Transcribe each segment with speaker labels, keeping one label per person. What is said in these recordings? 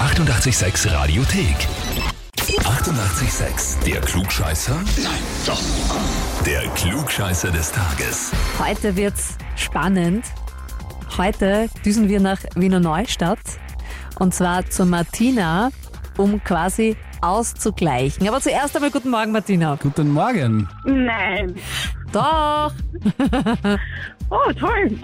Speaker 1: 886 Radiothek. 88,6. Der Klugscheißer? Nein, doch. Der Klugscheißer des Tages.
Speaker 2: Heute wird's spannend. Heute düsen wir nach Wiener Neustadt und zwar zu Martina, um quasi auszugleichen. Aber zuerst einmal guten Morgen, Martina.
Speaker 3: Guten Morgen.
Speaker 4: Nein.
Speaker 2: Doch,
Speaker 4: Oh, toll.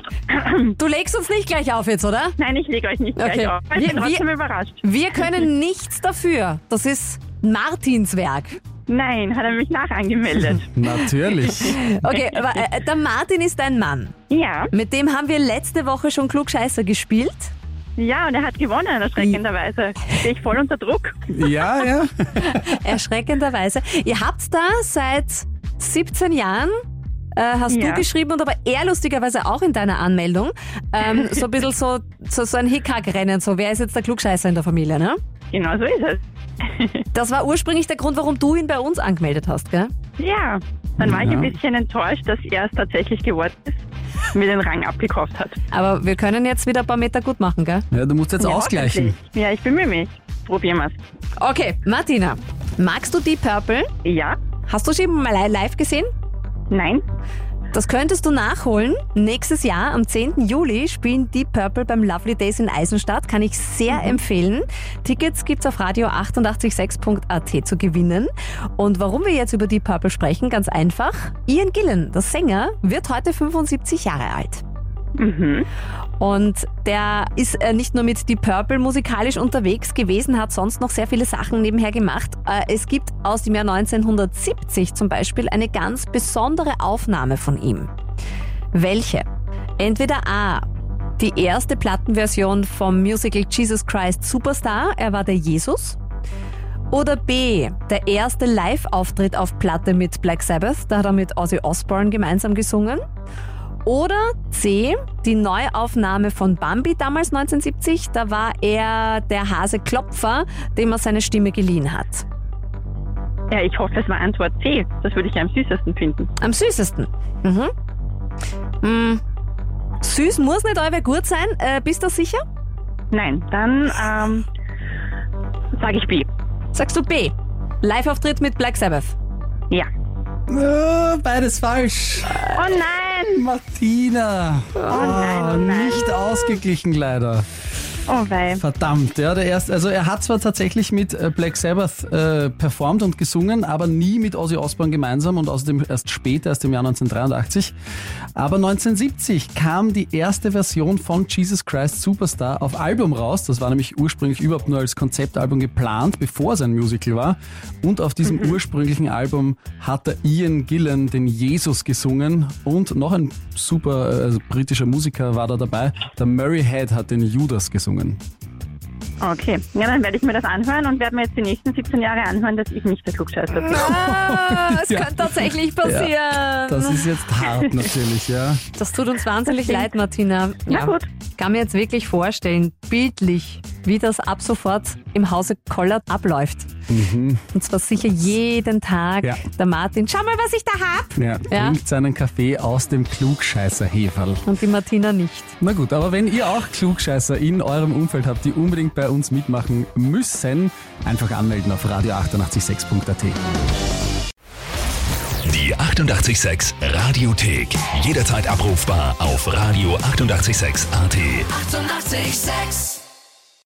Speaker 2: du legst uns nicht gleich auf jetzt, oder?
Speaker 4: Nein, ich lege euch nicht gleich
Speaker 2: Okay.
Speaker 4: auf. Ich bin
Speaker 2: Wir- wir-
Speaker 4: trotzdem überrascht.
Speaker 2: Wir können nichts dafür. Das ist Martins Werk.
Speaker 4: Nein, hat er mich nachangemeldet.
Speaker 3: Natürlich.
Speaker 2: Okay, aber äh, der Martin ist ein Mann.
Speaker 4: ja,
Speaker 2: Mit dem haben wir letzte Woche schon Klugscheißer gespielt.
Speaker 4: ja, und er hat gewonnen, erschreckenderweise. Stehe ich voll unter Druck.
Speaker 3: ja, ja.
Speaker 2: Erschreckenderweise. Ihr habt da seit 17 Jahren, äh, hast
Speaker 4: Ja.
Speaker 2: du geschrieben und aber er lustigerweise auch in deiner Anmeldung, ähm, so ein bisschen so, so, so ein Hickhack-Rennen, so wer ist jetzt der Klugscheißer in der Familie, ne?
Speaker 4: Genau so ist es.
Speaker 2: Das war ursprünglich der Grund, warum du ihn bei uns angemeldet hast, gell?
Speaker 4: Ja, dann war ich ein
Speaker 3: Ja.
Speaker 4: bisschen enttäuscht, dass er es tatsächlich geworden ist, mir den Rang abgekauft hat.
Speaker 2: Aber wir können jetzt wieder ein paar Meter gut machen, gell?
Speaker 3: ja du musst jetzt
Speaker 4: Ja,
Speaker 3: ausgleichen.
Speaker 4: hoffentlich. Ja, ich bemühe mich. Probieren wir's.
Speaker 2: Okay, Martina, magst du die Purple?
Speaker 4: Ja,
Speaker 2: Hast du sie mal li- live gesehen?
Speaker 4: nein,
Speaker 2: Das könntest du nachholen. Nächstes Jahr, am 10. Juli, spielen Deep Purple beim Lovely Days in Eisenstadt. Kann ich sehr empfehlen. Tickets gibt's auf radio886.at zu gewinnen. Und warum wir jetzt über Deep Purple sprechen, ganz einfach. Ian Gillen, der Sänger, wird heute 75 Jahre alt. Und der ist äh, nicht nur mit Deep Purple musikalisch unterwegs gewesen, hat sonst noch sehr viele Sachen nebenher gemacht. Äh, es gibt aus dem Jahr 1970 zum Beispiel eine ganz besondere Aufnahme von ihm. Welche? Entweder A. Die erste Plattenversion vom Musical Jesus Christ Superstar, er war der Jesus. Oder B. Der erste Live-Auftritt auf Platte mit Black Sabbath, da hat er mit Ozzy Osbourne gemeinsam gesungen. Oder C, die Neuaufnahme von Bambi damals 1970, da war er der Hase Klopfer, dem er seine Stimme geliehen hat.
Speaker 4: ja, ich hoffe, es war Antwort C. Das würde ich am süßesten finden.
Speaker 2: Am süßesten. Mhm. Mm. Süß muss nicht euer gut sein, äh, bist du sicher?
Speaker 4: Nein, dann ähm, sage ich B.
Speaker 2: Sagst du B, Live-Auftritt mit Black Sabbath.
Speaker 4: Ja.
Speaker 3: Äh, beides falsch.
Speaker 4: Oh nein!
Speaker 3: Martina.
Speaker 1: Oh
Speaker 3: Ah, Nicht ausgeglichen leider.
Speaker 4: Oh wei.
Speaker 3: Verdammt. Ja, der erste, also er hat zwar tatsächlich mit äh, Black Sabbath äh, performt und gesungen, aber nie mit Ozzy Osbourne gemeinsam und außerdem erst später, erst im Jahr 1983. Aber 1970 kam die erste Version von Jesus Christ Superstar auf Album raus. Das war nämlich ursprünglich überhaupt nur als Konzeptalbum geplant, bevor es ein Musical war. Und auf diesem ursprünglichen Album hat der Ian Gillan den Jesus gesungen und noch ein super äh, britischer Musiker war da dabei. Der Murray Head hat den Judas gesungen.
Speaker 4: Okay. Ja, dann werde ich mir das anhören und werde mir jetzt die nächsten 17 Jahre anhören, dass ich nicht der Klugscheißer bin.
Speaker 2: Ah, es
Speaker 3: Ja.
Speaker 2: könnte tatsächlich passieren.
Speaker 3: Das
Speaker 2: das,
Speaker 3: ist jetzt hart natürlich, ja.
Speaker 2: tut uns wahnsinnig leid, Martina.
Speaker 4: Na gut.
Speaker 2: Ich kann mir jetzt wirklich vorstellen, bildlich, wie das ab sofort im Hause Kollert abläuft. Und zwar sicher jeden Tag.
Speaker 3: Ja. Mhm.
Speaker 2: Der Martin, schau mal, was ich da hab.
Speaker 3: ja.
Speaker 2: Ja.
Speaker 3: Trinkt seinen Kaffee aus dem Klugscheißer-Heferl.
Speaker 2: Und die Martina nicht.
Speaker 3: Na gut, aber wenn ihr auch Klugscheißer in eurem Umfeld habt, die unbedingt bei uns mitmachen müssen, einfach anmelden auf radio886.at.
Speaker 1: Die 88,6 Radiothek. Jederzeit abrufbar auf radio886.at. 88,6.
Speaker 5: Eighty-eight, sex.